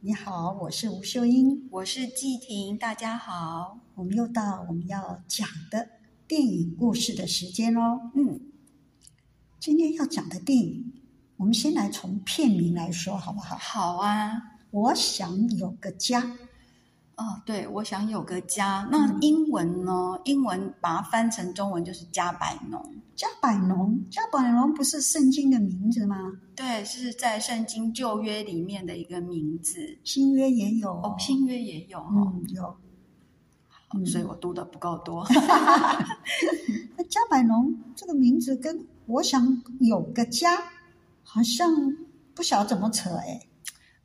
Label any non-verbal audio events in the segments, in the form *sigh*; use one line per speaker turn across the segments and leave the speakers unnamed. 你好，我是吴秀英，
我是季婷，大家好。
我们又到我们要讲的电影故事的时间喽。
嗯，
今天要讲的电影，我们先来从片名来说，好不好？
好啊。
我想有个家，
哦，对，我想有个家。那英文呢？英文把它翻成中文就是加百农。
加百农，加百农不是圣经的名字吗？
对，是在圣经旧约里面的一个名字。
新约也有
哦，新约也有哦，
嗯有。
哦所以我读的不够多。 *laughs*
那加百农这个名字跟我想有个家，好像不晓得怎么扯哎。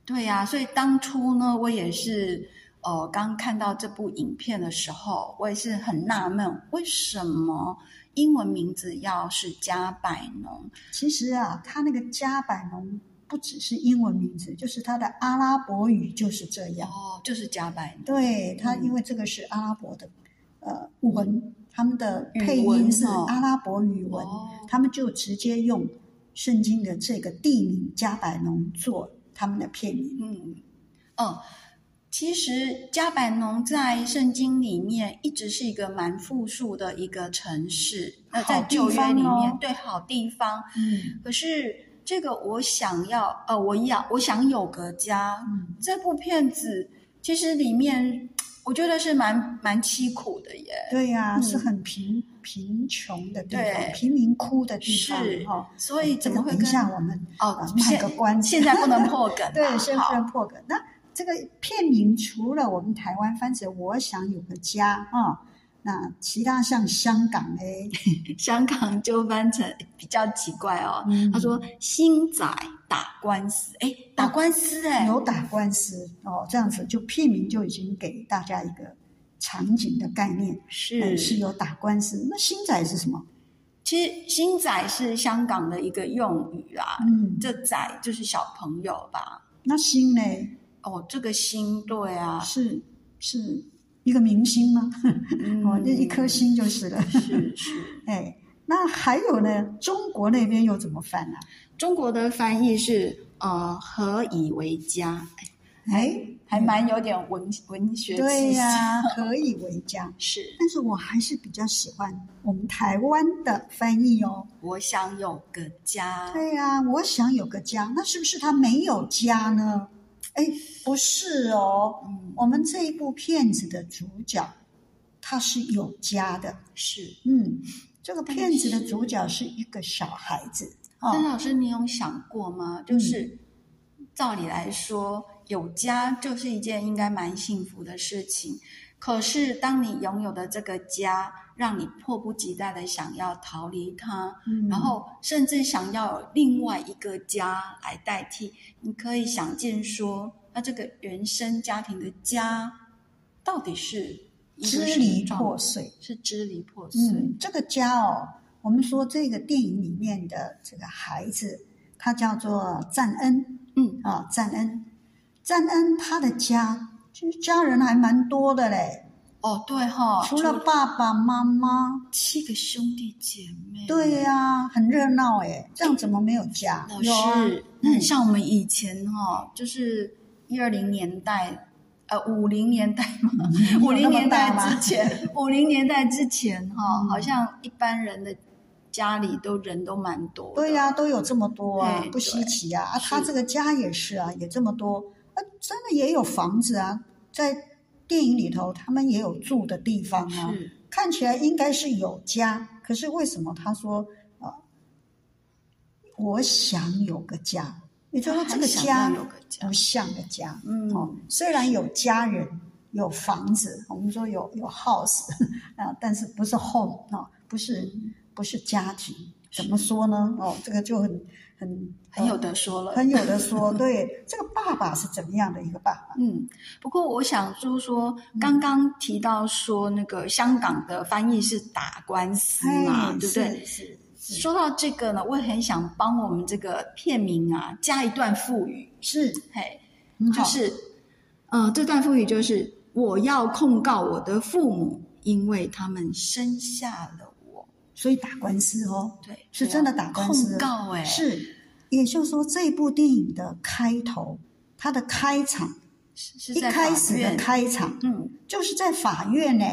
对呀、所以当初呢，我也是，呃，刚看到这部影片的时候，我也是很纳闷，为什么英文名字要是加百农？
其实啊，他那个加百农不只是英文名字，就是他的阿拉伯语就是这样。
哦，就是加百农。
对他，
嗯
因为这个是阿拉伯的呃文，他们的
语
配
文
音是
哦
阿拉伯语文，
哦
他们就直接用圣经的这个地名加百农做他们的片名。
嗯，哦，其实加百农在圣经里面一直是一个蛮富庶的一个城市。那在
好地
旧约
方
里面，
哦
对好地方，
嗯
可是这个我想要，呃，我要我想有个家。
嗯，
这部片子其实里面，我觉得是蛮蛮凄苦的耶。
对呀、
嗯
是很贫贫穷的地方，
对
贫民窟的地方
是
哦。，
所以
这
怎
个
么会
等
跟
一下我们
哦
啊，卖
现
个关子
现在不能破梗
*laughs*
啊，
对，先
好
不能破梗。那这个片名除了我们台湾翻成“我想有个家”啊、那其他像香港嘞，
香港就翻成哎比较奇怪哦。
嗯
他说：“新仔打官司，哎，打官司哎、
有打官司哦，这样子就片名就已经给大家一个场景的概念，嗯
是
是有打官司。那新仔是什么？
其实新仔是香港的一个用语啦，
嗯，
啊这仔就是小朋友吧？
那新呢
哦，这个心对啊，嗯
是是一个明星吗？ *laughs* 哦，那一颗星就是了。
是是。
*laughs* 哎，那还有呢？中国那边又怎么翻啊呢、
中国的翻译是呃，何以为家，哎
哎，
还蛮有点文文学
*laughs* 对
气息。
呀、何以为家？
是，
但是我还是比较喜欢我们台湾的翻译哦。
我想有个家。
对呀、我想有个家，那是不是他没有家呢？哎，不是哦，
嗯，
我们这一部片子的主角他是有家的，
是。
嗯，这个片子的主角是一个小孩子
但
哦，
老师，你有想过吗？
嗯
就是、照理来说，有家就是一件应该蛮幸福的事情。可是，当你拥有的这个家，让你迫不及待的想要逃离它，
嗯
然后甚至想要有另外一个家来代替，你可以想见说，那这个原生家庭的家到底是一
支
个什
离
么状
破
态，
碎，
是支离破碎。
嗯，这个家哦，我们说这个电影里面的这个孩子，他叫做赞恩，
嗯，
啊，赞恩，赞恩他的家其实家人还蛮多的嘞，
哦，对哈、
除了爸爸妈妈，
七个兄弟姐妹，
对呀、很热闹哎，这样怎么没有家？
老
有啊
师，那很像我们以前哈、哦，就是一二零年代，呃，五零年代嘛，
嗯
五零年代之
*laughs*
前，五零年代之前哈、
嗯
好像一般人的家里都人都蛮多的。
对呀、都有这么多啊
哎对，
不稀奇啊。啊，
是
他这个家也是啊，也这么多，啊，真的也有房子啊，在电影里头他们也有住的地
嗯
方啊，
是
看起来应该是有家，可是为什么他说啊，我想有个家？也就是说，这个
还啊想
家
要有个家
不，像个家。
嗯，
哦，虽然有家人、有房子，我们说有有 house *laughs* 啊，但是不是 home 啊、不是不是家庭。怎么说呢？哦，这个就很很
很有得说了。
很有的说，对这个爸爸是怎么样的一个爸爸？
*laughs* 嗯，不过我想就是说，刚刚提到说那个香港的翻译是打官司嘛，
哎
对不对？？
是是
说到这个呢，我也很想帮我们这个片名啊加一段副语，
是是，
嘿，
很
就
嗯好
是，呃，这段副语就是我要控告我的父母，因为他们生下了我，
所以打官司哦，
对，
是真的打官司
控告哎、
是，也就是说这部电影的开头，它的开场，
是是
一
在
开
法
始的
院，
开场
嗯，
就是在法院呢，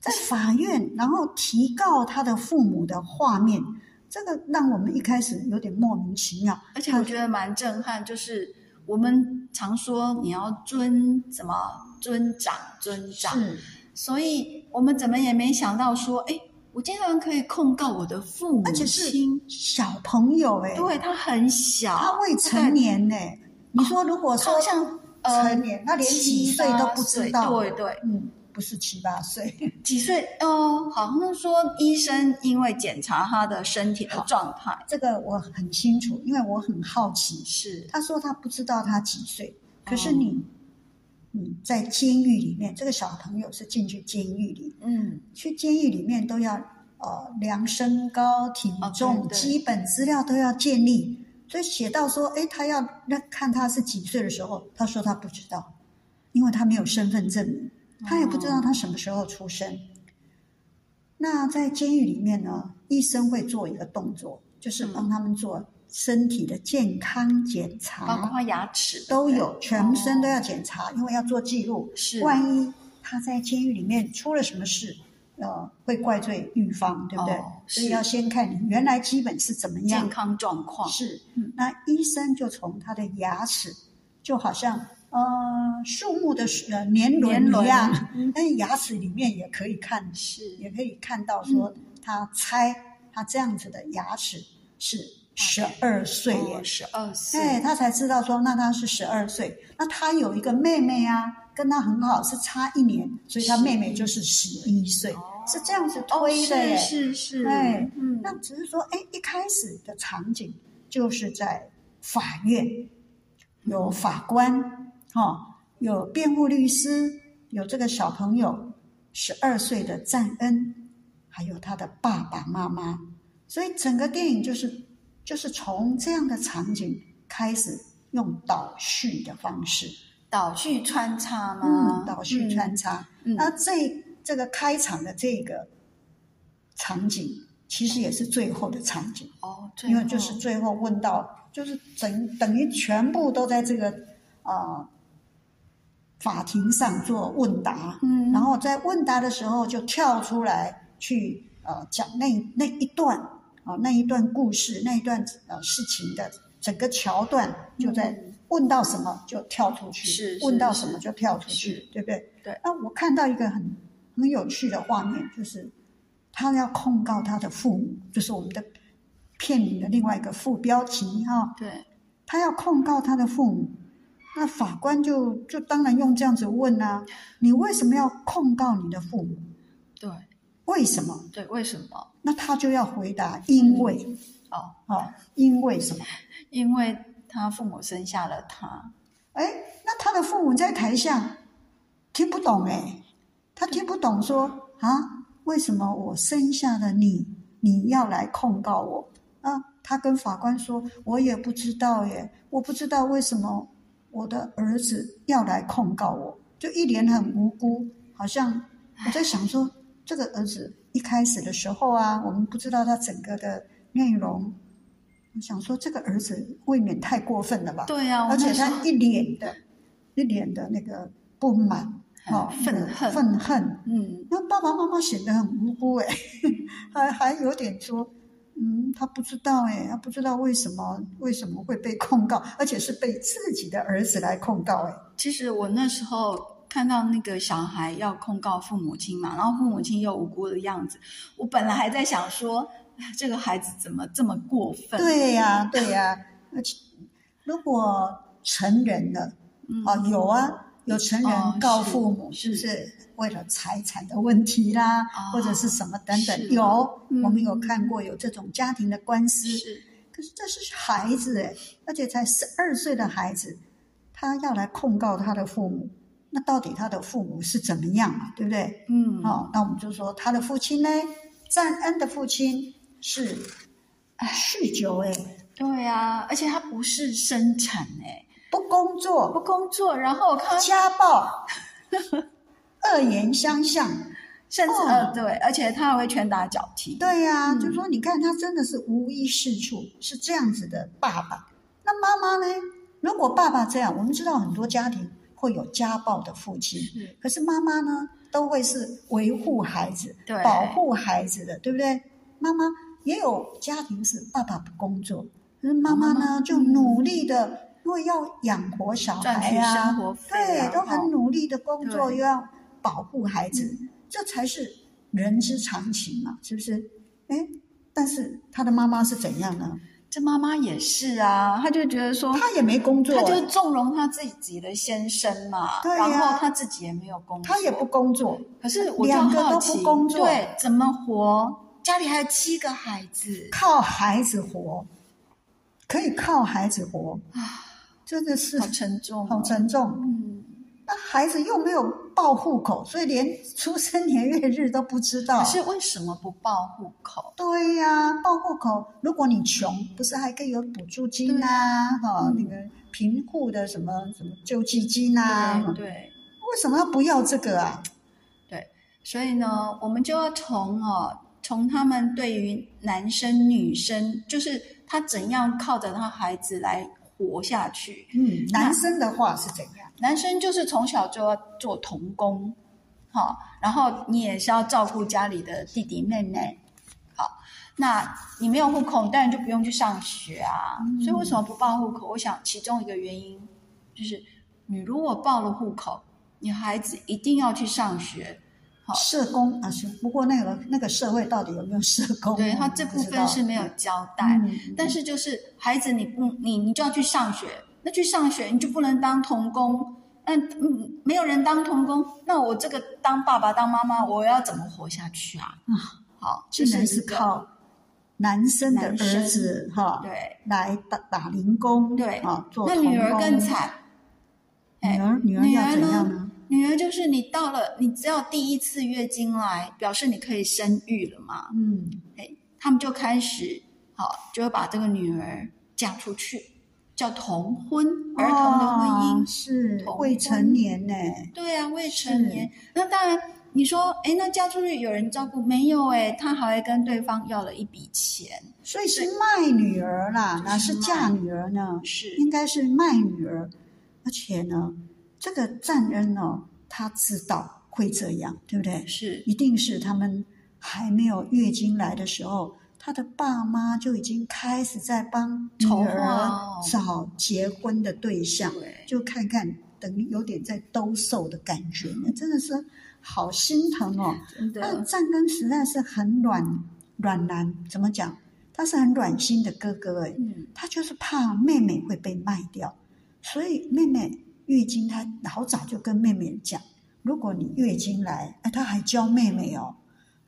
在法院，然后提告他的父母的画面，这个让我们一开始有点莫名其妙。
而且我觉得蛮震撼，就是我们常说你要尊什么尊长尊长，
是
所以我们怎么也没想到说，哎，我竟然可以控告我的父母
而且是
亲，
小朋友哎，
对他很小，
他未
大
成
概
年呢。你说如果
他
说
好像呃
成年，那连几岁都不知
七八
道，
岁对对，
嗯，不是七八岁， *laughs*
几岁？哦，好像说医生因为检查他的身体的状态
这个我很清楚，因为我很好奇。
是
他说他不知道他几岁，
哦
可是你你在监狱里面，这个小朋友是进去监狱里，
嗯
去监狱里面都要呃量身高、体重、
哦对对
基本资料都要建立。所以写到说，诶，他要那看他是几岁的时候，他说他不知道，因为他没有身份证明，他也不知道他什么时候出生。那在监狱里面呢，医生会做一个动作，就是
嗯
帮他们做身体的健康检查，
包括牙齿
都
对
有，全身都
哦
要检查，因为要做记录。
是
万一他在监狱里面出了什么事，呃，会怪罪狱方，对不对？
哦
所以
是
要先看你原来基本是怎么样
健。康状况
是
嗯，
那医生就从他的牙齿，就好像呃树木的呃年
年
轮
轮嗯
一
*laughs*
样， *laughs* 但是牙齿里面也可以看，
是嗯
也可以看到说他猜他这样子的牙齿
啊
是十二岁耶，
十二岁，
哎，他才知道说，那他是十二岁，那他有一个妹妹啊，跟他很好，是差一年，所以他妹妹就是十一岁，是这样子推的耶。
哦、是是是，
哎
嗯，
那只是说，哎，一开始的场景就是在法院，有法官，哦，有辩护律师，有这个小朋友十二岁的赞恩，还有他的爸爸妈妈，所以整个电影就是就是从这样的场景开始，用倒叙的方式，
倒叙穿插吗？
嗯，倒叙穿插。
嗯，
那
嗯，
这这个开场的这个场景，其实也是最后的场景，
哦，最
因为
后
就是最后问到，就是整等于全部都在这个呃法庭上做问答，
嗯
然后在问答的时候就跳出来去呃讲那那一段啊、那一段故事那一段呃事情的整个桥段就在。
嗯
问到什么就跳出去，
是是
问到什
是
么就跳出去
是，
对不对？
对。
那我看到一个很很有趣的画面，就是他要控告他的父母，就是我们的片名的另外一个副标题哈、
对，
他要控告他的父母，那法官就就当然用这样子问啊，你为什么要控告你的父母？
对，
为什么？
对，为什么？
那他就要回答，因为
哦，
啊、因为什么？
因为他父母生下了他，
哎，那他的父母在台下听不懂哎，他听不懂说啊，为什么我生下了你，你要来控告我啊？他跟法官说，我也不知道耶，我不知道为什么我的儿子要来控告我，就一脸很无辜，好像我在想说，这个儿子一开始的时候啊，我们不知道他整个的内容。我想说，这个儿子未免太过分了吧？
对呀、啊，我
而且
那时候
他一脸的，一脸的那个不满，哦，
愤
那个
恨
愤恨。
嗯，
那爸爸妈妈显得很无辜哎， *laughs* 还还有点说，嗯，他不知道哎，他不知道为什么为什么会被控告，而且是被自己的儿子来控告哎，
其实我那时候看到那个小孩要控告父母亲嘛，然后父母亲又无辜的样子，我本来还在想说，哎这个孩子怎么这么过分？
对呀、对呀、而且如果成人了，
嗯
哦，有啊，有成
哦
人告
是
父母，
是
是为了财产的问题啦，
啊
或者是什么等等
是，
有，
嗯
我们有看过有这种家庭的官司。
是
可是这是孩子哎，而且才十二岁的孩子，他要来控告他的父母，那到底他的父母是怎么样啊嘛？对不对？
嗯，
哦，那我们就说他的父亲呢，赞恩的父亲是酗酒哎，
对啊，而且他不是生产哎、
不工
不
作，
工作，然后他
家
*laughs*
暴，恶言相向。
甚至、
哦
呃对，而且他还会拳打脚踢，
对呀、
嗯
就说你看他真的是无一是处，是这样子的爸爸。那妈妈呢？如果爸爸这样，我们知道很多家庭会有家暴的父亲，
是
可是妈妈呢，都会是维护孩子、
对
保护孩子的，对不对？妈妈也有家庭是爸爸不工作，可是嗯妈妈呢
妈妈
就努力的，因为要养活小
赚
孩
取
呀、
生活费啊、
对，都很
哦
努力的工作，
对嗯
又要保护孩子，这才是人之常情嘛，是不是？哎，但是他的妈妈是怎样呢？
这妈妈也是啊，她就觉得说，
他也没工作
她，就纵容她自己的先生嘛，
对呀
然后她自己也没有工作，
他也不工作，
可是我就
两个
好
都
奇，
不工作
对，怎么活？家里还有七个孩子，
靠孩子活，可以靠孩子活真的是
啊好沉重、哦，
好，沉重。
嗯。
那孩子又没有报户口，所以连出生年月日都不知道。
可是为什么不报户口？
对呀、报户口，如果你穷，不是还可以有补助金呐、哈、
嗯
那个贫户的什么什么救济金呐、
对对，
为什么要不要这个啊？
所以呢，我们就要从哦，从他们对于男生、女生，就是他怎样靠着他孩子来活下去。
嗯，男生的话是怎样？
男生就是从小就要做童工，好、然后你也是要照顾家里的弟弟妹妹，好，那你没有户口，你当然就不用去上学啊。
嗯
所以为什么不报户口？我想其中一个原因就是，你如果报了户口，你孩子一定要去上学，好
社工啊，是不过那个那个社会到底有没有社工？
对他
我
这
不
部
知道
分是没有交代。
嗯，
但是就是孩子你不你你就要去上学，那去上学你就不能当童工，那嗯没有人当童工，那我这个当爸爸当妈妈我要怎么活下去啊？
啊
好，这
竟然
是
是
一个
靠男生的
男生
儿子哈
对
来打打零工，
对
啊，做
那女儿
童工嗯
更，惨，
女
哎
儿女儿
女
要
儿
怎
呢
样呢？
女儿就是你到了，你只要第一次月经来，表示你可以生育了嘛，
嗯，
他们就开始好就会把这个女儿嫁出去，叫童婚，儿童的婚姻。
哦是
童
未
婚
成年呢、
对啊，未成年。那当然，你说，哎，那嫁出去有人照顾没有？哎，他还会跟对方要了一笔钱。
所以是卖女儿啦，
对
哪是嫁女儿呢？
是
应该是卖女儿，而且呢，这个赞恩哦，他知道会这样，对不对？
是，
一定是他们还没有月经来的时候，他的爸妈就已经开始在帮女
筹划
儿啊
哦
找结婚的对象，
对
就看看，等于有点在兜售的感觉，那真的是好心疼哦。
真
那
的。
战根实在是很软软男，怎么讲？他是很软心的哥哥哎，
嗯，
他就是怕妹妹会被卖掉，所以妹妹月经他老早就跟妹妹讲，如果你月经来，哎，他还教妹妹哦，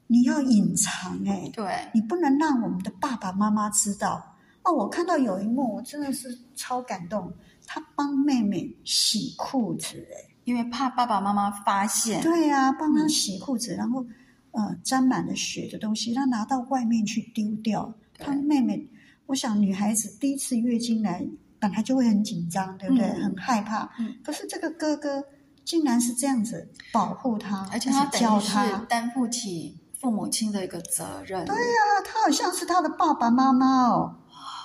你要隐藏哎，
对，
你不能让我们的爸爸妈妈知道。哦，我看到有一幕，我真的是超感动，他帮妹妹洗裤子哎。
因为怕爸爸妈妈发现。
对呀、帮
嗯
他洗裤子，然后呃沾满了血的东西，他拿到外面去丢掉。
对
他妹妹，我想女孩子第一次月经来，本来就会很紧张，对不对？
嗯
很害怕。
嗯
可是这个哥哥竟然是这样子保护她，
啊而且他等
教
于是
她。啊
担负起父母亲的一个责任。对
对
啊
呀、他好像是他的爸爸妈妈哦。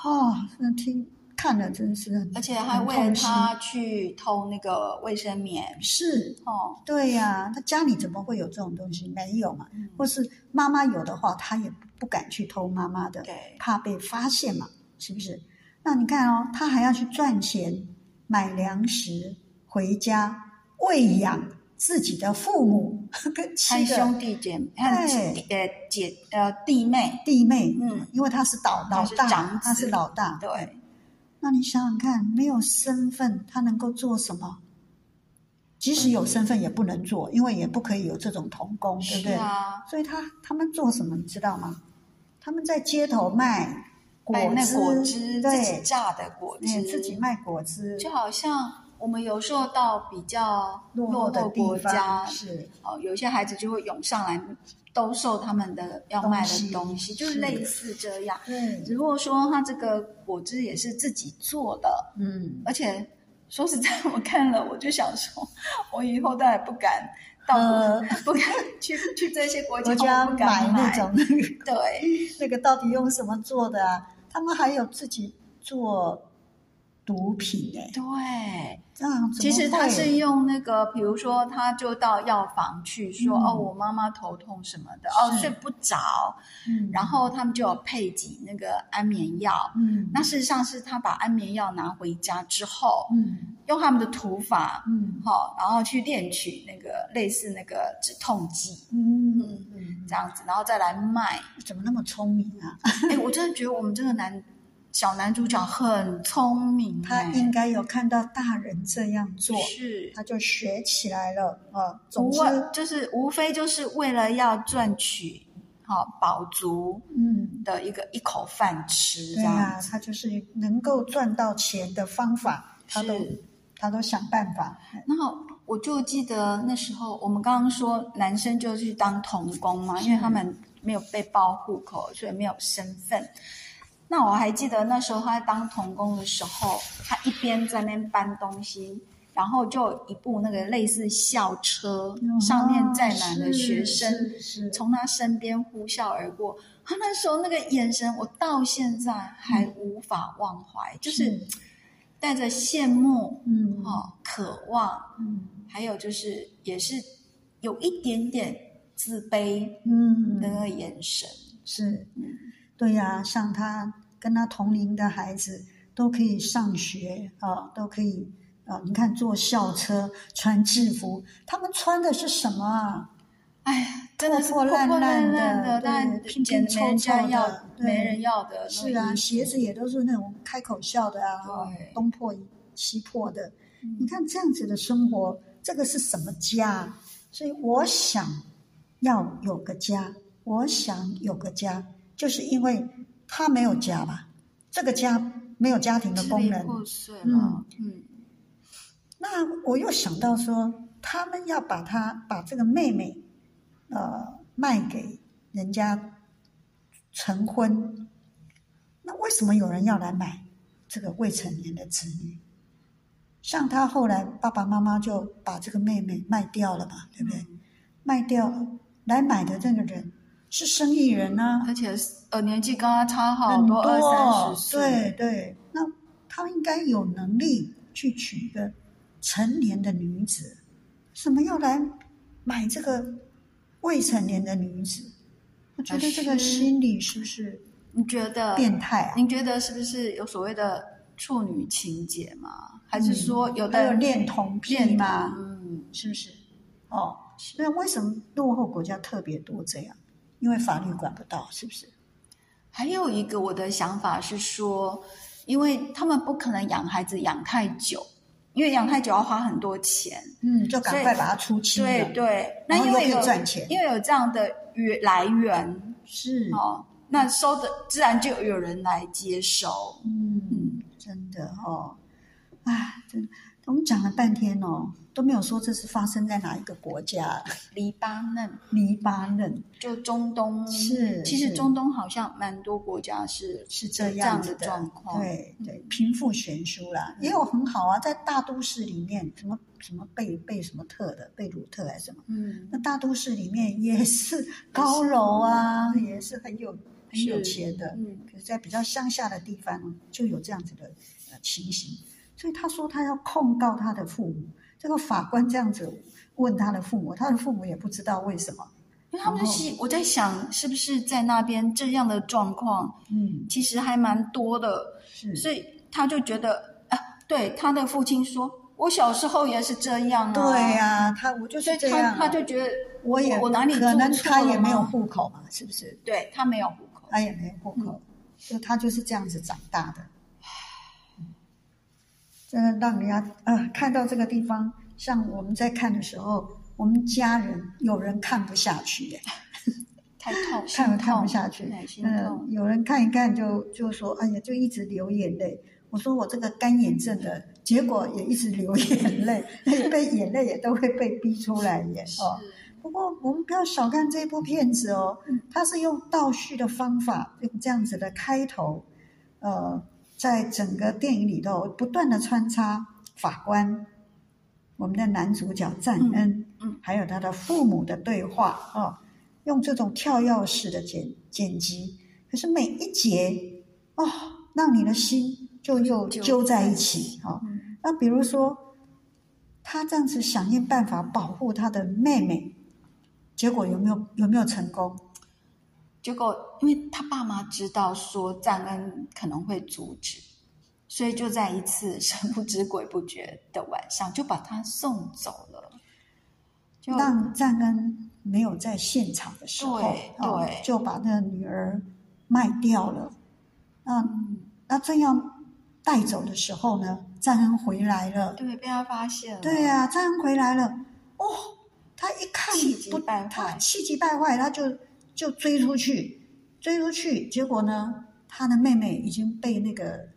哦，那听看了真是很，
而且还为
很
了
痛心
他去偷那个卫生棉。
是
哦，
对呀、他家里怎么会有这种东西？没有嘛，
嗯
或是妈妈有的话，他也不敢去偷妈妈的，
对
怕被发现嘛，是不是？那你看哦，他还要去赚钱买粮食回家喂养自己的父母 *laughs* 跟
和
七个
兄弟姐妹，和
对
姐呃姐呃弟妹，
弟妹，
嗯，
因为他是老
他
老
是
大，
长
他是
子
老大，
对，
那你想想看，没有身份，他能够做什么？即使有身份也不能做，因为也不可以有这种童工，对不
是
对？
啊，
所以他他们做什么，你知道吗？他们在街头卖
卖哎那果汁
汁，
自己
对，
榨的果汁，
嗯自己卖果汁，
就好像我们有时候到比较
落
落
后的
后
地
国家
方，是
哦，有一些孩子就会涌上来兜售他们的要卖的
东西
东西，就是
是
类似这样。
对，
只不过说他这个果汁也是自己做的，
嗯，
而且说实在，我看了我就想说，我以后再也不敢到、
呃
不敢去去这些国
国
家，
家
嗯我不敢
买那
买
种那个
对，
*laughs* 那个到底用什么做的啊？他们还有自己做毒品哎、
对，
这样怎么
其实他
会
是用那个，比如说，他就到药房去说，
嗯
哦，我妈妈头痛什么的，哦，
是
睡不着，
嗯
然后他们就有配给那个安眠药。
嗯
那事实上是他把安眠药拿回家之后，
嗯
用他们的土法，
嗯
好、然后去炼取那个类似那个止痛剂
嗯嗯，
这样子，然后再来卖。
怎么那么聪明啊？
哎，我真的觉得我们这个男小男主角很聪明欸，
他应该有看到大人这样做，
是
他就学起来了啊。
无
总之，
外就是无非就是为了要赚取好、饱足
嗯，
的一个一口饭吃这
对
样
啊，
子。
他就是能够赚到钱的方法，他都
是
他都想办法。
然后我就记得那时候我们刚刚说男生就去当童工嘛，因为他们没有被报户口，所以没有身份。那我还记得那时候他在当童工的时候，他一边在那边搬东西，然后就有一部那个类似校车，嗯上面载满了学
嗯
生，
哦是是
从他身边呼啸而过。他那时候那个眼神，我到现在还无法忘怀，就是带着羡慕、
嗯
哦、渴望，
嗯
还有就是也是有一点点自卑
嗯
的那个眼神。
是，对呀、像他跟他同龄的孩子都可以上学啊，都可以啊。你看坐校车穿制服，他们穿的是什么啊？
哎呀，真的是
破破烂
破烂
烂的
的，
对
但
拼
捡
拼
没
凑
人
凑
家要
的，对
没人要的那种
是啊，
衣
鞋
服
子也都是那种开口笑的啊，
对
啊东破西破的。
嗯
你看这样子的生活，这个是什么家？所以我想要有个家，我想有个家，就是因为他没有家吧？这个家没有家庭的
支
功
离
能，
破碎了
嗯。
嗯
那我又想到说，他们要把他把这个妹妹，呃，卖给人家成婚，那为什么有人要来买这个未成年的子女？像他后来爸爸妈妈就把这个妹妹卖掉了嘛，对不对？
嗯
卖掉了，来买的这个人是生意人啊，
而且呃年纪跟他差好
很
多，
多
二三十
对
岁，
对，那他应该有能力去娶一个成年的女子，什么要来买这个未成年的女子？我觉得这
老
个
师
心理是不是
你觉得？
变态啊？
您觉得是不是有所谓的处女情节吗？还是
嗯
说有
还有
的
恋啊童癖
恋
嘛？
嗯，
是不是？哦，那为什么落后国家特别多这样？因为法律管不到，是不是？
还有一个我的想法是说，因为他们不可能养孩子养太久，因为养太久要花很多钱。
嗯，就
所
赶
以
快把它出清了。
对对，
然
那
后
因
又
为
可以
有
赚嗯钱
因为有这样的源来源
是
哦，那收的自然就有人来接收。
嗯，真的哦，哎，真的，我们讲了半天哦，都没有说这是发生在哪一个国家，
黎巴嫩
黎巴嫩
就中东
是
其实
是
中东好像蛮多国家是
是这
这样
样子
的状况。
对
嗯
对，贫富悬殊啦，也有很好啊，在大都市里面，什么什么贝贝什么特的贝鲁特还是什么，
嗯，
那大都市里面也
*laughs*
是高楼啊，也是很有很有
嗯是
钱的，
嗯，
可是在比较乡下的地方就有这样子的呃情形，所以他说他要控告他的父母，这个法官这样子问他的父母，他的父母也不知道为什么，
因为他们
然后
是我在想，是不是在那边这样的状况
嗯，
其实还蛮多的，
是，
所以他就觉得啊，对他的父亲说，我小时候也是这样啊，
对呀、他我就
所
是
以
这
他
样啊，
他就觉得
我也
我哪里
可能
做错
他
了
也没有
吗
户口嘛，是不是？
对他没有户口，
他也没有户
嗯
口，就他就是这样子长大的，嗯真的让人家呃看到这个地方，像我们在看的时候，我们家人有人看不下去耶，
太痛，
看
心
都看
痛
不下去
对，。啊心
嗯
痛，，
有人看一看就就说，哎呀，就一直流眼泪。我说我这个干眼症的结果也一直流眼泪， *laughs* 被眼泪也都会被逼出来耶。哦，
是
不过我们不要小看这部片子哦
嗯，
它是用倒叙的方法，用这样子的开头，呃，在整个电影里头不断的穿插法官，我们的男主角赞恩，
嗯嗯
还有他的父母的对话哦，用这种跳跃式的剪剪辑，可是每一节哦，让你的心就又
就
揪在一起哦。
嗯
那比如说，他这样子想尽办法保护他的妹妹，结果有没有有没有成功？
结果因为他爸妈知道说赞恩可能会阻止，所以就在一次神不知鬼不觉的晚上就把他送走了，就
让赞恩没有在现场的时候，
对
哦
对
就把那个女儿卖掉了。那
嗯，
那正要带走的时候呢，赞恩回来了。
对，被他发现了，
嗯对呀、啊，赞恩回来了，哦，他一看
气急
不
败
他
坏
气急败坏，他就就追出去，追出去，结果呢，他的妹妹已经被那个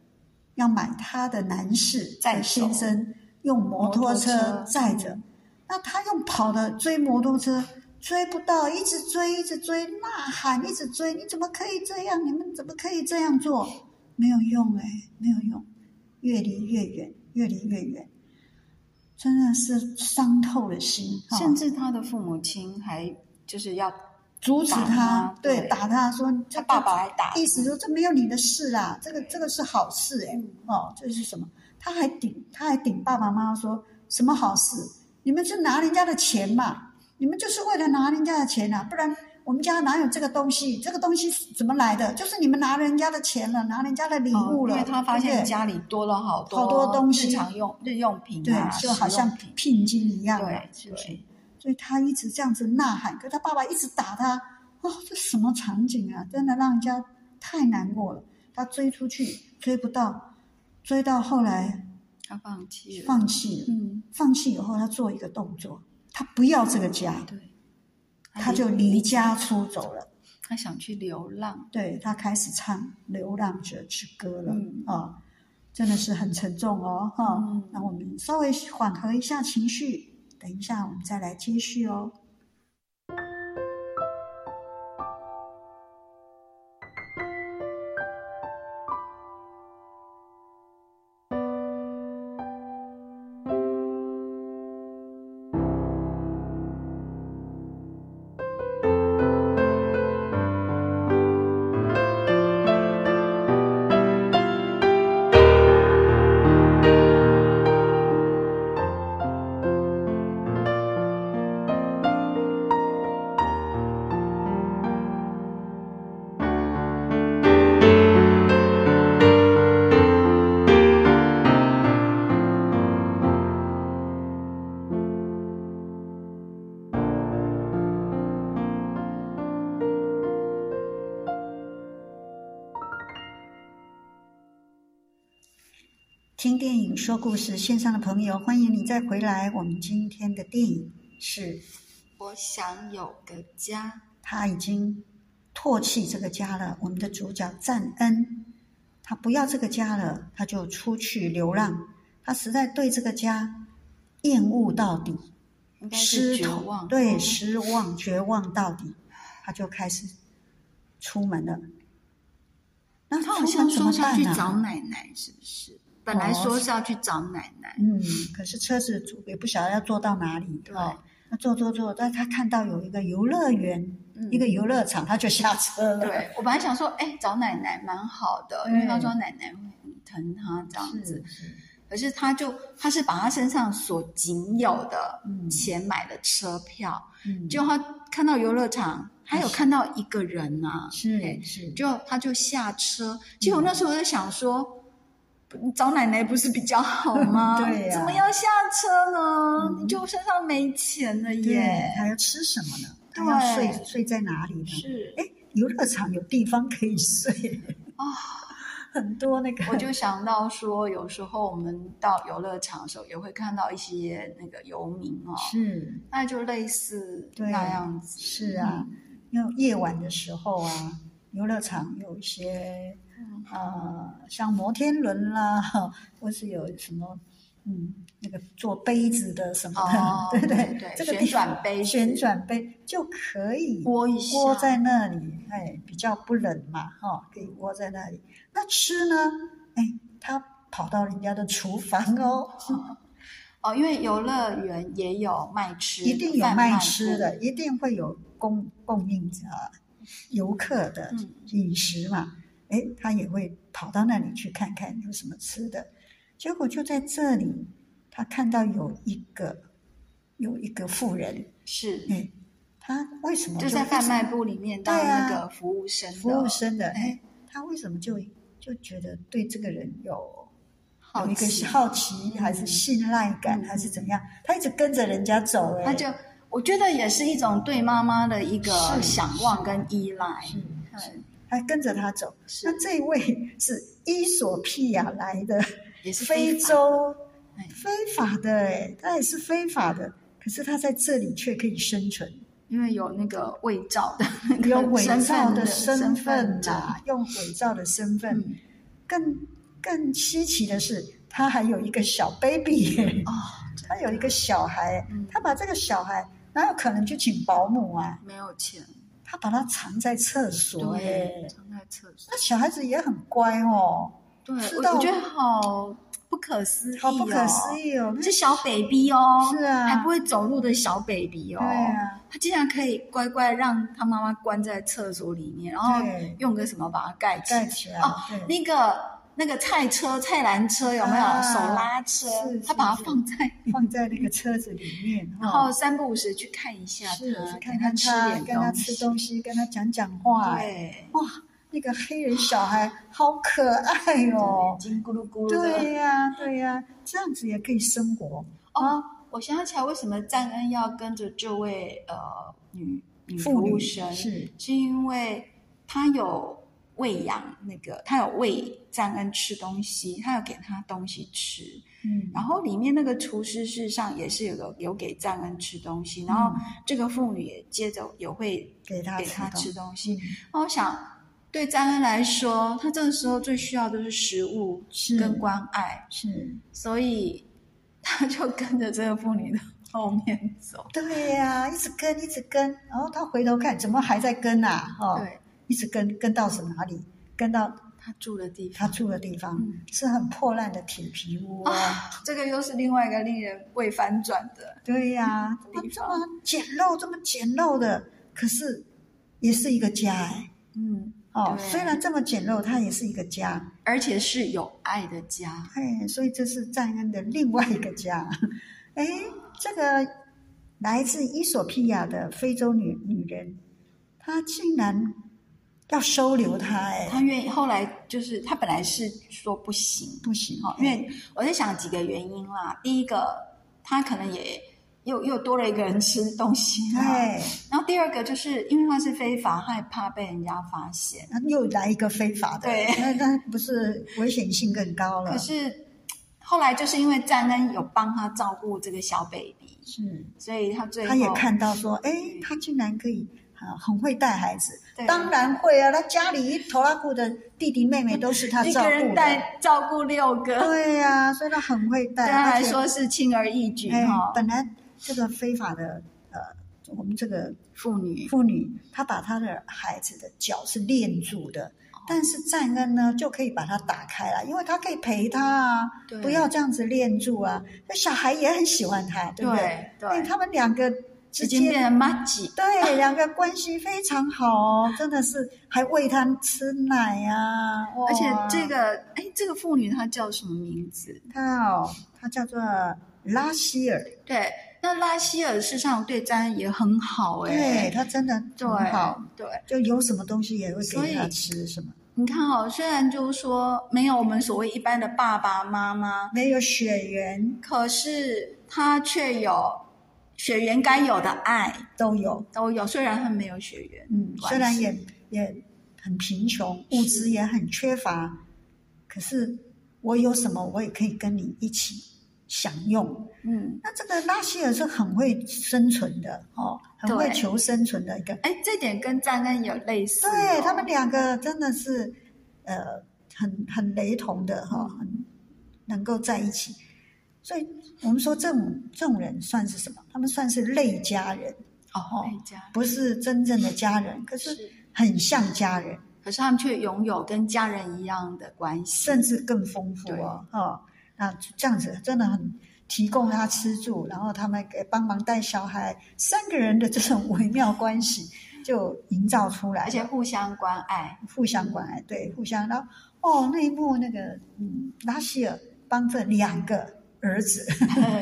要买他的男士
载
的先
走
生用摩
摩
托
托
车
车嗯
载着，那他用跑的追摩托车。追不到，一直追，一直追，呐喊，一直追，你怎么可以这样？你们怎么可以这样做？没有用哎、没有用，越离越远，越离越远，真的是伤透了心。哈
甚至他的父母亲还就是要
阻止
打
他，
他
对，
对
打他说这
他爸爸还打他，
意思说这没有你的事啦，这个
对
这个是好事哎、
嗯
哦，这是什么？他还顶他还顶爸爸妈妈说什么好事？你们是拿人家的钱嘛，你们就是为了拿人家的钱啊，不然我们家哪有这个东西？这个东西是怎么来的？就是你们拿人家的钱了，拿人家的礼物
哦
了，
因为他发
对
现
不对
家里多了好多
好多东西
日常用日用品
对
啊，，
就好
食用
像
品
聘金一样啊嘛
对，
是不是
对？
所以他一直这样子呐喊，可是他爸爸一直打他，哦，这什么场景啊？真的让人家太难过了。他追出去追不到，追到后来
他放弃了，
放弃了。
嗯，
放弃以后，他做一个动作，他不要这个家，
对，
他就离家出走了。
他想去流浪，
对他开始唱《流浪者之歌》了啊、
嗯
真的是很沉重哦哈、
嗯
那我们稍微缓和一下情绪，等一下我们再来接续哦。听电影说故事，线上的朋友，欢迎你再回来。我们今天的电影是
我想有个家，
他已经唾弃这个家了。我们的主角赞恩，他不要这个家了，他就出去流浪。他实在对这个家厌恶到底，
应该
失
是绝
头
望，
对失望绝望到底，他就开始出门了。那
他
出
好
门
像
怎
说
么
是要去
办啊哦
找奶奶，是不是？本来说是要去找奶奶，
嗯，可是车子主也不晓得要坐到哪里
对
哦。那坐坐坐，但他看到有一个游乐园，
嗯
一个游乐场，他就下车了。 *laughs*
对我本来想说，哎，找奶奶蛮好的，
对
因为他说奶奶会很疼他这样子
是，，是
可是他就他是把他身上所仅有的
嗯
钱买的车票。
嗯，
就他看到游乐场，还有看到一个人啊，
是
对
是，
就他就下车。其实我那时候就想说，不找奶奶不是比较好
*laughs*
吗？
对呀
怎么要下车呢？
嗯
你就身上没钱了
对，
耶。
他要吃什么呢？他
对
要睡睡在哪里呢？
是，
哎，游乐场有地方可以睡
啊，
很多那个，*laughs*
我就想到说，有时候我们到游乐场的时候，也会看到一些那个游民哦，
是
那就类似
对
那样子。嗯
是啊，因为夜晚的时候啊，游乐场有一些
嗯
呃，像摩天轮啦， *laughs* 或是有什么。嗯，那个做杯子的什么的，
哦
*laughs* 对对
对
这个
旋
地方
转杯子
旋转杯就可以
窝一下
窝在那里，哎，比较不冷嘛，哈、可以窝在那里。那吃呢，哎，他跑到人家的厨房哦，
哦，因为游乐园也有卖吃的，
一定有
贩
卖
卖
吃
部
的，，一定会有供供应啊游客的
嗯
饮食嘛。哎，他也会跑到那里去看看有什么吃的。结果就在这里，他看到有一个有一个妇人，
是
哎，他为什么
就在贩卖部里面当
对啊
那个服务生的
服务生的？
哎
哎，他为什么就就觉得对这个人有
好
有一个
奇，
好奇，还是信赖感，
嗯
还是怎样？他一直跟着人家走，哎，
他哦就我觉得也是一种对妈妈的一个
是
想望跟依赖，
是
嗯
还跟着他走。
是
那这位是伊索匹亚来的
也是
非
法，
洲
哎
非法的、哎，他也是非法的，可是他在这里却可以生存，
因为有那个伪造的那个
有伪
身
造
份
的
的嗯
身份
证
啊，用伪造的身份。
嗯
更更稀奇的是，他还有一个小 baby，、哎
哦，
他有一个小孩，
嗯
他把这个小孩哪有可能去请保姆啊？
没有钱，
他把他藏在厕所、
对
哎，，
藏在厕所，
那小孩子也很乖哦。
对
知
我
道
我觉得好不可思议、哦，
好不可思议哦！
是小 baby 哦，
是啊
还不会走路的小 baby 哦，
对啊，
他竟然可以乖乖让他妈妈关在厕所里面，然后
对
用个什么把它盖起来。
盖起来
哦，
对，
那个那个菜车、菜篮车有没有、
啊
手拉车
是？
他把它
是哦
放在，
放在那个车子里面，
嗯然
哈
后三不五时去看一下
是
他，
去
给
看看
吃
他，
点
跟他吃东西，跟他讲讲话。
对，
哇，那个黑人小孩好可爱
眼
哦！
睛咕噜咕噜的。
对呀，对呀，这样子也可以生活
哦
啊。
我想起来，为什么赞恩要跟着这位呃女女服
妇
务
女
生？
是
是因为他有喂养那个，他有喂赞恩吃东西，他有给他东西吃。
嗯，
然后里面那个厨师事实上也是有个有给赞恩吃东西，然
嗯
后这个妇女也接着有会
给他
给他
吃
吃
东
东西。
西
那我想，对赞恩来说，他这个时候最需要的是食物
是
跟关爱，
是，
所以他就跟着这个妇女的后面走。
对呀，一直跟，一直跟，然后他回头看，怎么还在跟啊？哈，
对
一直跟，跟到什么哪里？跟到
他住的地
他
方。
住的地方、
嗯
是很破烂的铁皮屋啊。
啊，这个又是另外一个令人为翻转的，
对呀、
这
他
地
这
方
么简陋，这么简陋的，可是也是一个家哎。
嗯，
哦，
对
虽然这么简陋，它也是一个家。
而且是有爱的家，
哎，所以这是赞恩的另外一个家。 *laughs* 哎，这个来自伊索匹亚的非洲女女人，她竟然要收留他
他
哎，
愿意。后来就是他本来是说不行，
不行
哦，因为我在想几个原因啦。第一个，他可能也又又多了一个人吃东西啦。
哎，
然后第二个，就是因为他是非法，害怕被人家发现。
那又来一个非法的，
对
那那不是危险性更高了？
可是后来就是因为赞恩有帮他照顾这个小 baby，
是，
所以他最后
他也看到说，哎，他竟然可以啊，很会带孩子。当然会啊，他家里一头拉顾的弟弟妹妹都是他
一
照
个
顾
人
的。
带照顾六个，
对呀、所以他很会带。
对他来
而且
说是轻而易举
哎
哈，。
本来这个非法的呃，我们这个
妇女
妇女，她把她的孩子的脚是链住的，
哦
但是赞恩呢就可以把它打开了，因为他可以陪他啊
对，
不要这样子链住啊。那小孩也很喜欢他，对不对？
对
哎他们两个之
已经
间
变成妈吉，
对，两个关系非常好哦，真的是还喂他吃奶啊，哇
而且这个哎，这个妇女她叫什么名字？
他哦，他叫做拉希尔，
对，那拉希尔事实上对詹恩也很好哎、
对他真的
对
很好，
对，
就有什么东西也会
所
给
以
他吃，什么
你看哦，虽然就是说没有我们所谓一般的爸爸妈妈，
没有血缘
可是他却有血缘该有的爱
都有，
都有，虽然他没有血缘，
嗯，
关
虽然
系
也也很贫穷，物资也很缺乏，可是我有什么我也可以跟你一起享用。
嗯，
那这个拉希尔是很会生存的哦，很会
对
求生存的一个。
哎，这点跟赞恩有类似哦、
对他们两个真的是，呃，很很雷同的哈、很能够在一起。所以我们说这种这种人算是什么？他们算是类家人，
哦，那一家
不是真正的家人，可是
是，
很像家人，
可是他们却拥有跟家人一样的关系。
甚至更丰富哦。哦，那这样子真的很提供他吃住，然后他们给帮忙带小孩，三个人的这种微妙关系就营造出来了，
而且互相关爱，
互相关
嗯
爱，对，互相。然后哦，那一幕那个嗯，拉希尔帮着两个儿子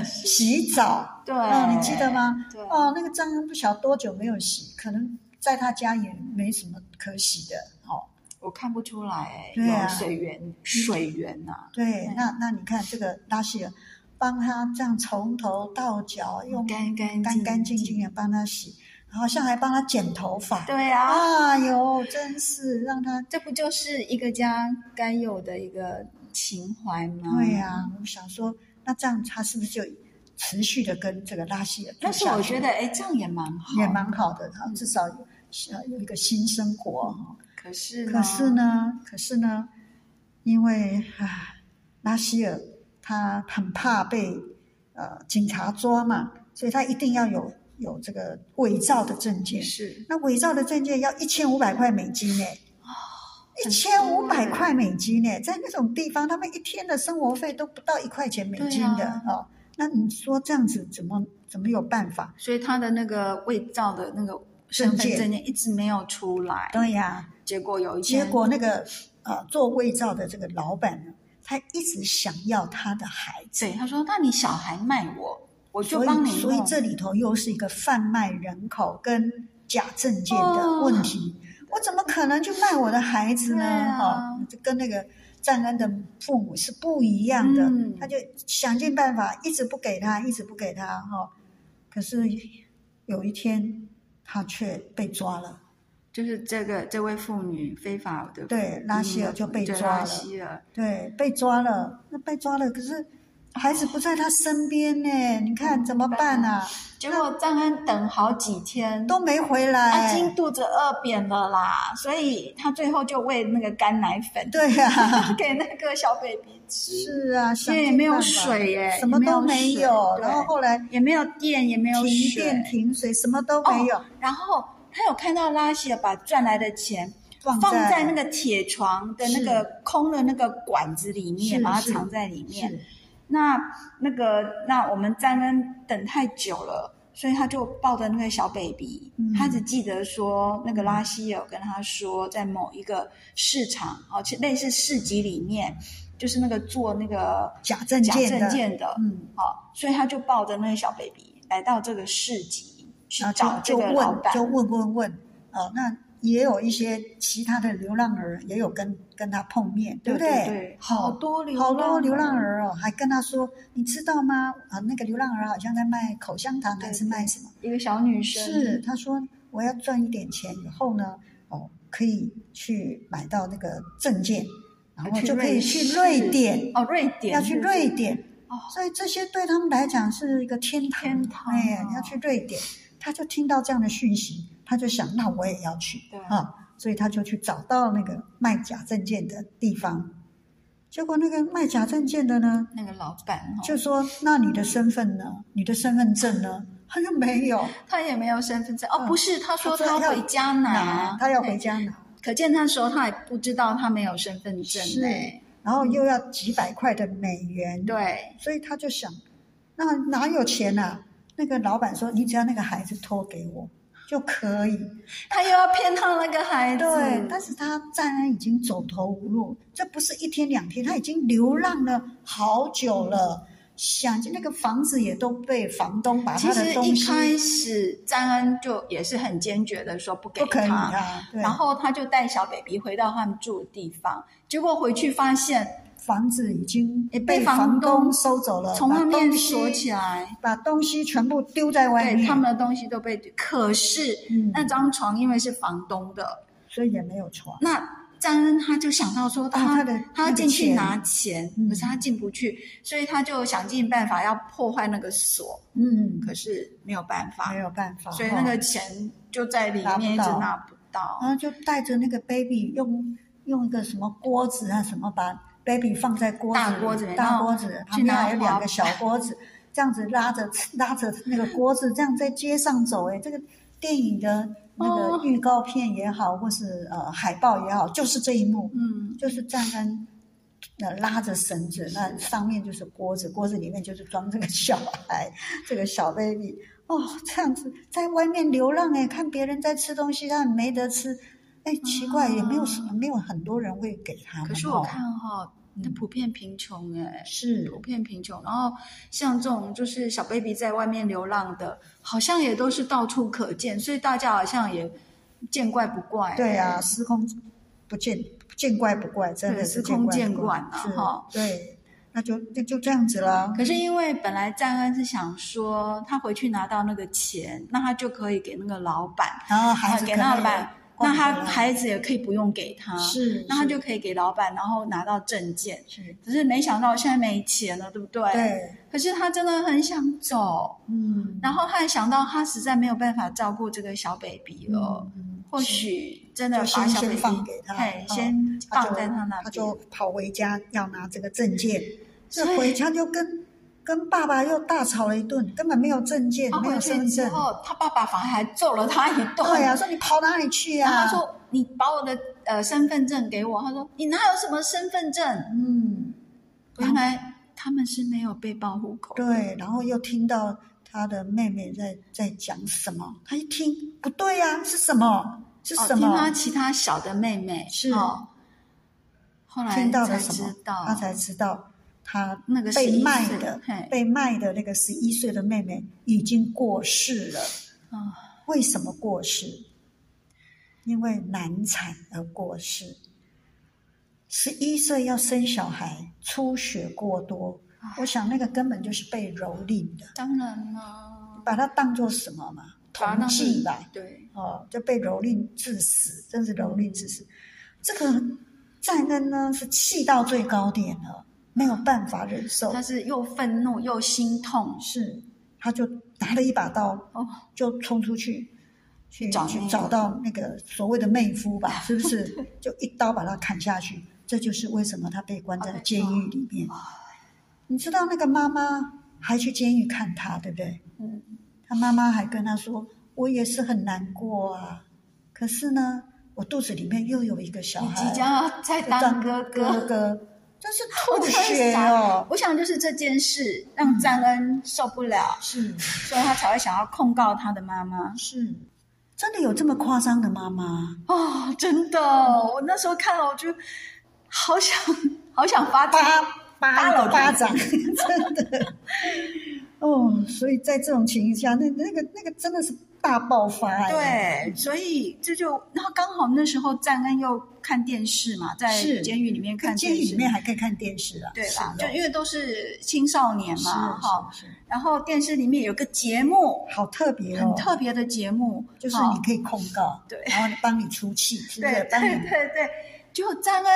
洗澡，
*laughs* 对、
嗯哦，你记得？吗？
对，
哦，那个张恩不晓得多久没有洗，可能在他家也没什么可洗的。哦，
我看不出来、哎
对啊
有水源，水源呐、啊
对，那那你看这个拉希尔帮他这样从头到脚用
干干
干干
净
净净的帮他洗，然后好像还帮他剪头发。
对啊，
啊哟，真是让他
这不就是一个家该有的一个情怀吗？
对呀、我想说，那这样他是不是就持续的跟这个拉希尔住
但是
下
我
去
觉得，哎，这样也蛮好，
嗯也蛮好的，他至少有呃有一个新生活哈。
可是，
可是，啊呢，可是呢，因为啊，拉希尔他很怕被呃警察抓嘛，所以他一定要有有这个伪造的证件。
是
那伪造的证件要一千五百块美金呢、一
哦很
千五
多
百
欸
块美金呢、在那种地方，他们一天的生活费都不到一块钱美
对
金的、
啊
哦。那你说这样子怎么怎么有办法？
所以他的那个伪造的那个身份证件一直没有出来，
对呀、
结果有一
结
天
果那个呃做伪造的这个老板呢，他一直想要他的孩子，
对他说：“那你小孩卖我，我就
所
帮
以
你弄。
所以这里头又是一个贩卖人口跟假证件的问题。我怎么可能去卖我的孩子呢？
哦对啊
哈、这跟那个赞恩的父母是不一样的，
嗯
他就想尽办法，一直不给他，一直不给他，哈、可是有一天，他却被抓了。
就是这个这位妇女非法的
对拉希尔就被
嗯对
抓
拉
了
希尔
对，被抓了，那被抓了，可是孩子不在他身边呢，你
嗯
看怎么办啊？
结果张恩等好几天，
都哎没回来。
阿金肚子饿扁了啦，所以他最后就喂那个干奶粉，
对呀、
*laughs* 给那个小 baby 吃，
是啊，
因为
想
也
尽
没有
办法
水耶，
什么都没
也
有。
水
然后后来
对也没有电，也没有
停
水哦
电、停水，什么都没有，
然后他有看到拉希尔把赚来的钱
放
放
在
在那个铁床的那个空的那个管子里面，
是
把它
是
藏在里面。
是
那那个那我们赞恩等太久了，所以他就抱着那个小 baby，、
嗯
他只记得说那个拉希尔跟他说，在某一个市场哦，其类似市集里面，就是那个做那个
假证
假
件的，
证件的，
嗯，
好，所以他就抱着那个小 baby 来到这个市集去
然
找
后
这
啊就就
个老
问
板，
就问问问，哦，那也有一些其他的流浪儿也有跟跟他碰面，不
对
对？
好多流
好多流浪
儿，
儿哦，还跟他说，你知道吗？啊，那个流浪儿好像在卖口香糖，还是
对
卖什么？
一个小女生
是，他说我要赚一点钱以后呢，哦，可以去买到那个证件，然后
去
就可以去
瑞士
瑞典，
哦，瑞典
要去
对
瑞典
哦。
所以这些对他们来讲是一个天堂，
天堂
哎
啊，
要去瑞典，他就听到这样的讯息，他就想，那我也要去
对
啊，所以他就去找到那个卖假证件的地方，结果那个卖假证件的呢，
那个老板哦，
就说：“那你的身份呢？你的身份证呢？”他说：“没有，
他也没有身份证
嗯
哦，不是，他说
他说
他
要
回家拿，
他要回
对，
家拿。”
可见那时候他也不知道他没有身份证
是
哎，
然后又要几百块的美元，，
对，
所以他就想，那哪有钱啊？那个老板说，你只要那个孩子托给我就可以。
他又要骗他那个孩子，
对，但是他赞恩已经走投无路，这不是一天两天，他已经流浪了好久
嗯
了，想那个房子也都被房东把
其
他
实
的东
一
西
开始詹恩就也是很坚决的说不给
不可以
他，
啊，对，
然后他就带小 baby 回到他们住的地方，结果回去发现
房子已经
也被
被
房
房
东
东收走了，
从
呃把
外面
东西
锁起来，
把东西全部丢在外
对
面，
他们的东西都被，可是
嗯
那张床因为是房东的，
所以也没有床。
那张恩他就想到说他、
啊他的
他要进去拿钱，
嗯
可是他进不去，所以他就想尽办法要破坏那个锁，
嗯，
可是没有办法
没，有办法，
所以
哈
那个钱就在里
拿不
面一直
到
拿不到。
然后就带着那个 baby 用用一个什么锅子啊什么把 baby 放在锅子里
大锅子里
大
然后
锅子旁
去
边
拿
还有两
滑
个小锅子，这样子拉着拉着那个锅子这样在街上走、哎，这个电影的那
哦
个预告片也好，或是呃海报也好，就是这一幕，
嗯，
就是战恩。那拉着绳子，那上面就是锅子，锅子里面就是装这个小孩，这个小 baby。哦，这样子在外面流浪哎，看别人在吃东西，他没得吃，哎，奇怪，也没有什么，没有很多人会给他们哦。
啊可是我看哈、那
嗯
普遍贫穷哎、
是
普遍贫穷，然后像这种就是小 baby 在外面流浪的，好像也都是到处可见，所以大家好像也见怪不怪、
对啊，，司空不见见怪不怪，真的
对
是
司空
见
见惯
怪
啊
不怪
哈啊
是，对，那就那就这样子啦。
可是因为本来赞恩是想说他回去拿到那个钱，那他就可以给那个老板，
然后孩子
啊给
可
那
能
老
也
板，
逛
那
不
他
回来
孩子也可以不用给他，
是，
那他
是
就可以给老板，然后拿到证件。
是
只是没想到现在没钱了，对不对？。
对，
可是他真的很想走，
嗯，
然后他也想到他实在没有办法照顾这个小 baby 了，
嗯
或
是
许真的
就先
把小
先
baby
放给他
嘿
哦
先
他
放
就
在他那
他
边
就。跑回家要拿这个证件，
所
这
以
回家就跟跟爸爸又大吵了一顿，根本没有证件，
他
没有
哦回
身
去
份
之
证。
后，他爸爸反而还揍了他一顿。
对呀、说你跑哪里去啊呀、
然后他说：“你把我的呃身份证给我。”他说：“你哪有什么身份证
嗯，？”
原来他们是没有被报户口。
对，然后又听到他的妹妹在在讲什么，他一听不对呀、是什么？是
哦
什
听
么？
他其他小的妹妹
是
哦，后来
听到了
哎才
什
知
么？
道，
他才知道他
那个
被
11
卖
岁
的
嘿
被卖的那个十一岁的妹妹已经过世了。
啊
为什么过世？因为难产而过世。十一岁要生小孩，出血过多，
啊
我想那个根本就是被蹂躏的，
当然了，
把它当做什么嘛？
把
同
那个
济吧，
对，
哦，就被蹂躏致死，真是蹂躏致死。这个战恩呢是气到最高点了，没有办法忍受
他，是又愤怒又心痛
是，他就拿了一把刀，
哦，
就冲出去去
找
去
妹
找到那个所谓的妹夫吧，是不是？就一刀把他砍下去，这就是为什么他被关在监狱里面。你知道那个妈妈还去监狱看他，对不对？
嗯，
他妈妈还跟他说：“我也是很难过啊，可是呢，我肚子里面又有一个小
你
孩，
即将要再当哥
哥
哥。
哥，真是
我
吐
真
血
傻
哦，
我想就是这件事
嗯
让赞恩受不了，
是。”
所以他才会想要控告他的妈妈。
是，真的有这么夸张的妈妈？
哦，真的，
嗯
我那时候看了，我就好想好想发
八
他。
八
了
了巴掌，真的。哦，所以在这种情形下，那那个那个真的是大爆发、哎。
对，所以这就然后刚好那时候赞恩又看电视嘛，在
是
监狱里面看
监
电
狱
视，
里面还可以看电视啊，
对
是
啦
哦，
就因为都是青少年
是
嘛，哈，
是是
然后电视里面有个节目，
好特别哦，
很特别的节目，
就是
哈
你可以控告，
对
然后帮你出
*laughs*
气，是不
哦对
是？
对
帮你
对对，就赞恩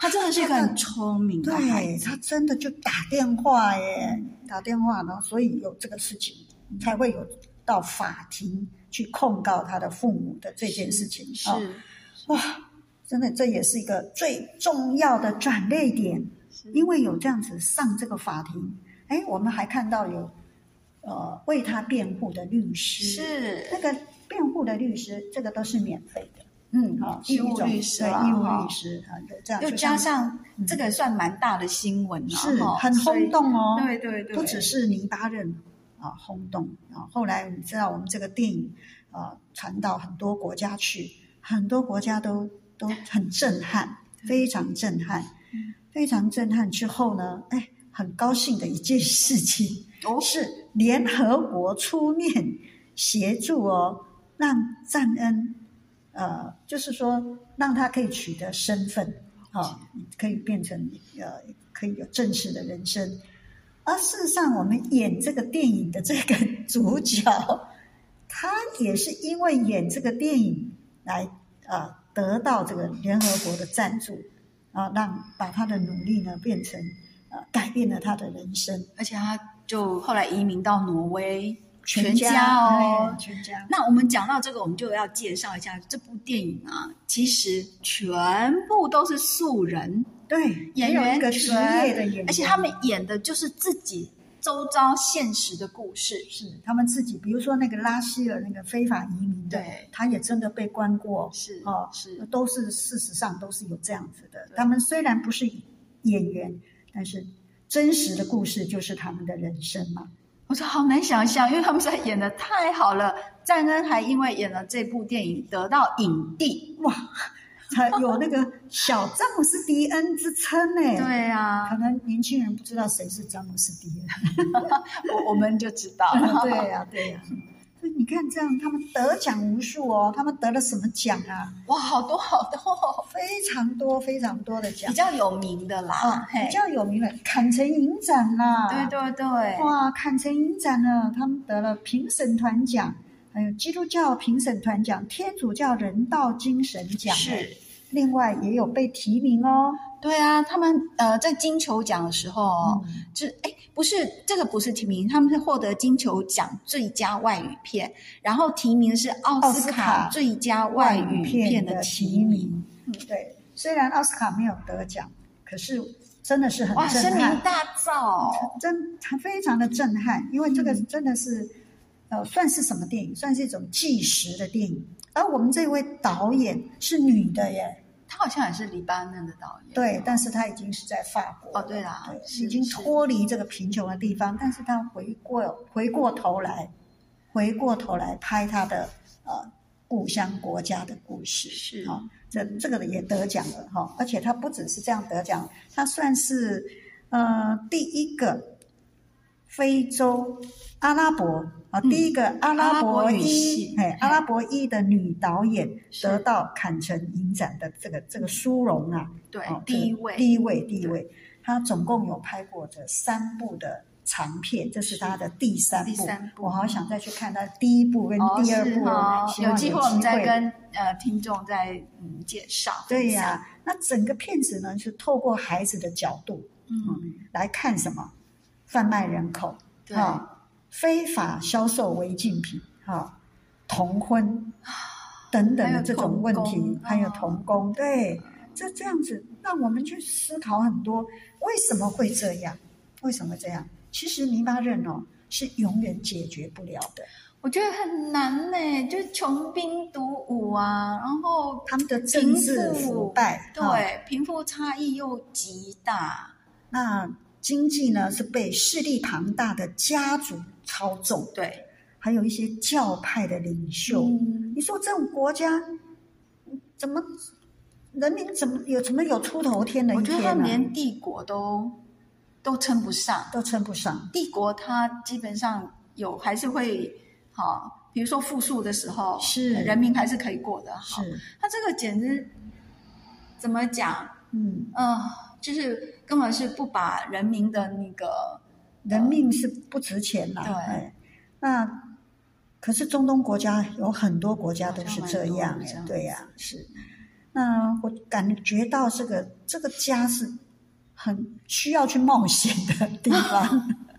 他真的是一个很聪明的孩
对
子，
他真的就打电话耶，打电话，然后所以有这个事情才会有到法庭去控告他的父母的这件事情
是
啊、哦哇，真的这也是一个最重要的转捩点，因为有这样子上这个法庭，哎，我们还看到有呃为他辩护的律师，那
是，
个辩护的律师，这个都是免费的。
嗯
啊，，
义务
一种
律师
对
啦
义务
哈
律师啊，有这样
又
就
哦加
像
上
嗯
这个算蛮大的新闻了，
是
哈
很
所以
轰动哦，
对对对，
不只是泥巴人啊轰动啊。后来你知道，我们这个电影啊传到很多国家去，很多国家都都很震撼，非常震撼，非常震撼。之后呢，哎，很高兴的一件事情
哦
是联合国出面协助哦，让赞恩呃，就是说让他可以取得身份，啊、可以变成呃，可以有正式的人生。而事实上，我们演这个电影的这个主角，他也是因为演这个电影来呃得到这个联合国的赞助，啊，让把他的努力呢变成呃改变了他的人生，
而且他就后来移民到挪威，全
家
家哦
哎，全家
那我们讲到这个，我们就要介绍一下这部电影啊，其实全部都是素人
对
演
没有一
员
个职业的演员，
而且他们演的就是自己周遭现实的故事。
是他们自己，比如说那个拉希尔那个非法移民的，
对
他也真的被关过，
是
哦，
是
都是事实上都是有这样子的。他们虽然不是演员，但是真实的故事就是他们的人生嘛。
我说好难想象，因为他们实在演的太好了。赞恩还因为演了这部电影得到影帝。
哇，才有那个小詹姆斯迪恩之称呢。，
对啊
可，能年轻人不知道谁是詹姆斯迪恩。
*laughs* 我我们就知道 *laughs* 了。
对呀、对
啊
呀、所以你看，这样他们得奖无数哦，他们得了什么奖啊？
哇，好多好多，
非常多非常多的奖
*laughs* 比。较有名的啦
啊，，
嘿
比，较有名的坎城影展啦，
对对对，
哇，坎城影展呢，他们得了评审团奖，还有基督教评审团奖、天主教人道精神奖，
是，
另外也有被提名哦，
对啊，他们呃在金球奖的时候哦，
嗯
就哎不是这个不是提名，他们是获得金球奖最佳外语片，然后提名是奥
奥
斯
斯
卡
卡
最佳外语片的提名。，
嗯对，虽然奥斯卡没有得奖，可是真的是很
哇，
震
声名
撼，
大噪！
真非常的震撼，因为这个
嗯
真的是。呃，算是什么电影？算是一种纪实的电影。而我们这位导演是女的耶，
他好像也是黎巴嫩的导演，
对，但是他已经是在法国
哦对啦
对
是
已经脱离这个贫穷的地方，但是他回过回过头来，回过头来拍他的呃故乡国家的故事，
是
啊、这这个也得奖了哈、而且他不只是这样得奖，他算是呃第一个非洲阿拉伯啊、
嗯
第一个阿
阿拉
拉
伯
伯
语
裔
系
哎阿拉伯裔的女导演
是
得到坎城影展的这个这个殊荣啊。
对
哦，
第一位，
第一位，第一位。他总共有拍过这三部的长片，这是他的第三部。
第三部
我好想再去看他第一部跟
哦
第二
是
部，
哦
希望
有机会我们再
会
跟呃听众再嗯介绍。
对呀、，那整个片子呢是透过孩子的角度
嗯，
来看什么？贩卖人口，
对
啊非法销售违禁品，哈、童婚
啊
等等的这种问题，
还
还
有
有
童
童工，对，这这样子让我们去思考很多，为什么会这样？为什么这样？其实泥巴人哦是永远解决不了的，
我觉得很难呢，就是穷兵黩武啊，然后
他们的政治
贫富
腐败，啊哈
对贫富差异又极大，
那经济呢是被势力庞大的家族操纵，
对，
还有一些教派的领袖。
嗯，
你说这种国家嗯怎么人民怎么有怎么有出头天的
我
一
觉得
天
他们
呢、
连帝国都都称不上。
都称不上。
帝国它基本上有还是会好，比如说复述的时候，
是
人民还是可以过得好。它这个简直怎么讲？
嗯，
嗯、就是根本是不把人民的那个
人命是不值钱啦。
对
哎，那可是中东国家有很多国家都是这样
好像
哎，
蛮多这样子
对呀、是。那我感觉到这个这个家是很需要去冒险的地方，
*laughs*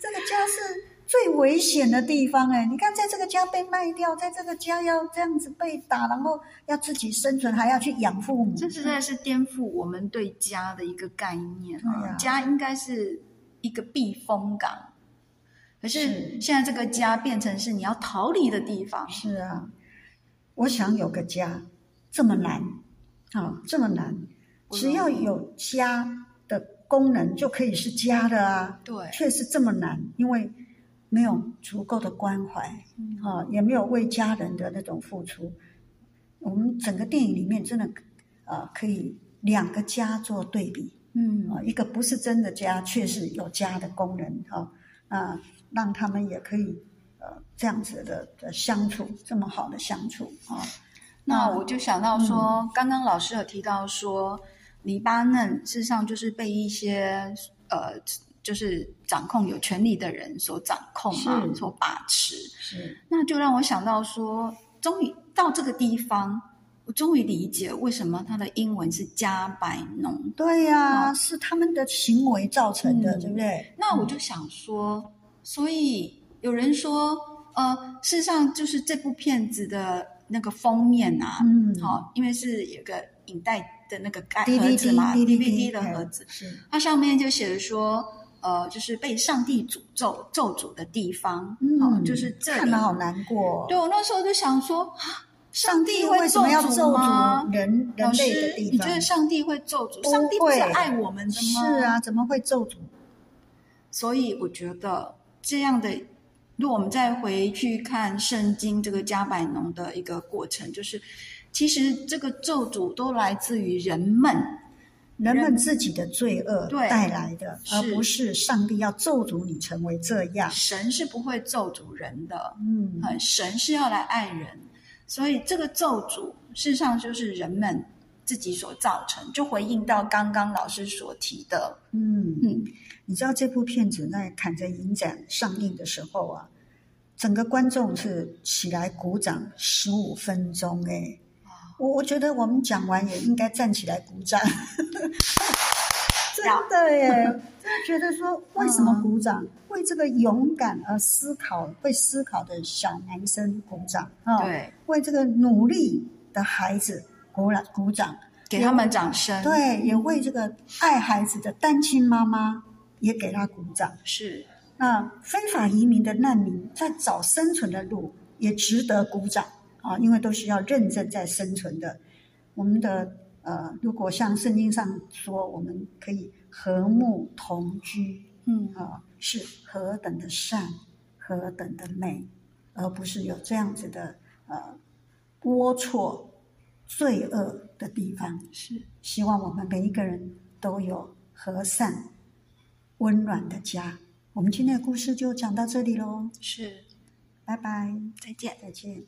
这个家是最危险的地方哎、你看，在这个家被卖掉，在这个家要这样子被打，然后要自己生存，还要去养父母，
这实在是颠覆我们对家的一个概念
对
啊！
啊
家应该是一个避风港，可是
是
现在这个家变成是你要逃离的地方。
是啊，我想有个家，这么难啊、这么难。
不容
只
易
要有家的功能，就可以是家的啊，
对，
却是这么难，因为没有足够的关怀
嗯
啊、也没有为家人的那种付出。我们整个电影里面真的，呃，可以两个家做对比
嗯
啊、，一个不是真的家，却是有家的功能哈，啊、让他们也可以呃这样子的的相处，这么好的相处啊、
那我就想到说，刚刚老师有提到说，黎巴嫩事实上就是被一些呃，就是掌控有权力的人所掌控啊，
是
所把持。
是
那就让我想到说，终于到这个地方，我终于理解为什么他的英文是加百农。
对呀、
哦
是他们的行为造成的，
嗯
对不对？
那我就想说，所以有人说，呃，事实上就是这部片子的那个封面啊，
嗯，
好、因为是有个影带的那个盖
滴滴
盒子
滴
嘛
滴滴
，DVD
滴
的盒子，
是，
它上面就写着说，呃，就是被上帝诅咒咒诅的地方，哦，就是这
嗯看
里
了。好难过哦。
对我那时候就想说，啊，
上帝为什
咒
么要咒
吗
诅？人人
老
类的
师，
地
你
方
觉？得上帝会咒诅？
不
上帝不是
会
爱我们的吗？
是啊，怎么会咒诅？
所以我觉得这样的，如果我们再回去看圣经这个加百农的一个过程，就是其实这个咒诅都来自于人们，
人们自己的罪恶
对
带来的，
是
而不是上帝要咒诅你成为这样。
神是不会咒诅人的，
嗯，
很呃神是要来爱人，所以这个咒诅事实上就是人们自己所造成，就回应到刚刚老师所提的，
嗯，
嗯，
你知道这部片子在坎城影展上映的时候啊，整个观众是起来鼓掌十五分钟哎、我我觉得我们讲完也应该站起来鼓 *laughs* 掌，真的耶！真的觉得说为什么鼓掌？为这个勇敢而思考、会思考的小男生鼓掌啊！哦，
对，
为这个努力的孩子鼓掌鼓掌，
给他们掌声，，
对，也为这个爱孩子的单亲妈妈也给他鼓掌。
是
那非法移民的难民在找生存的路，也值得鼓掌啊，因为都是要认真在生存的。我们的呃，如果像圣经上说，我们可以和睦同居
嗯，
啊，是何等的善，何等的美，而不是有这样子的呃龌龊、罪恶的地方。
是
希望我们每一个人都有和善、温暖的家。我们今天的故事就讲到这里喽，
是，
拜拜，
再见。
再见。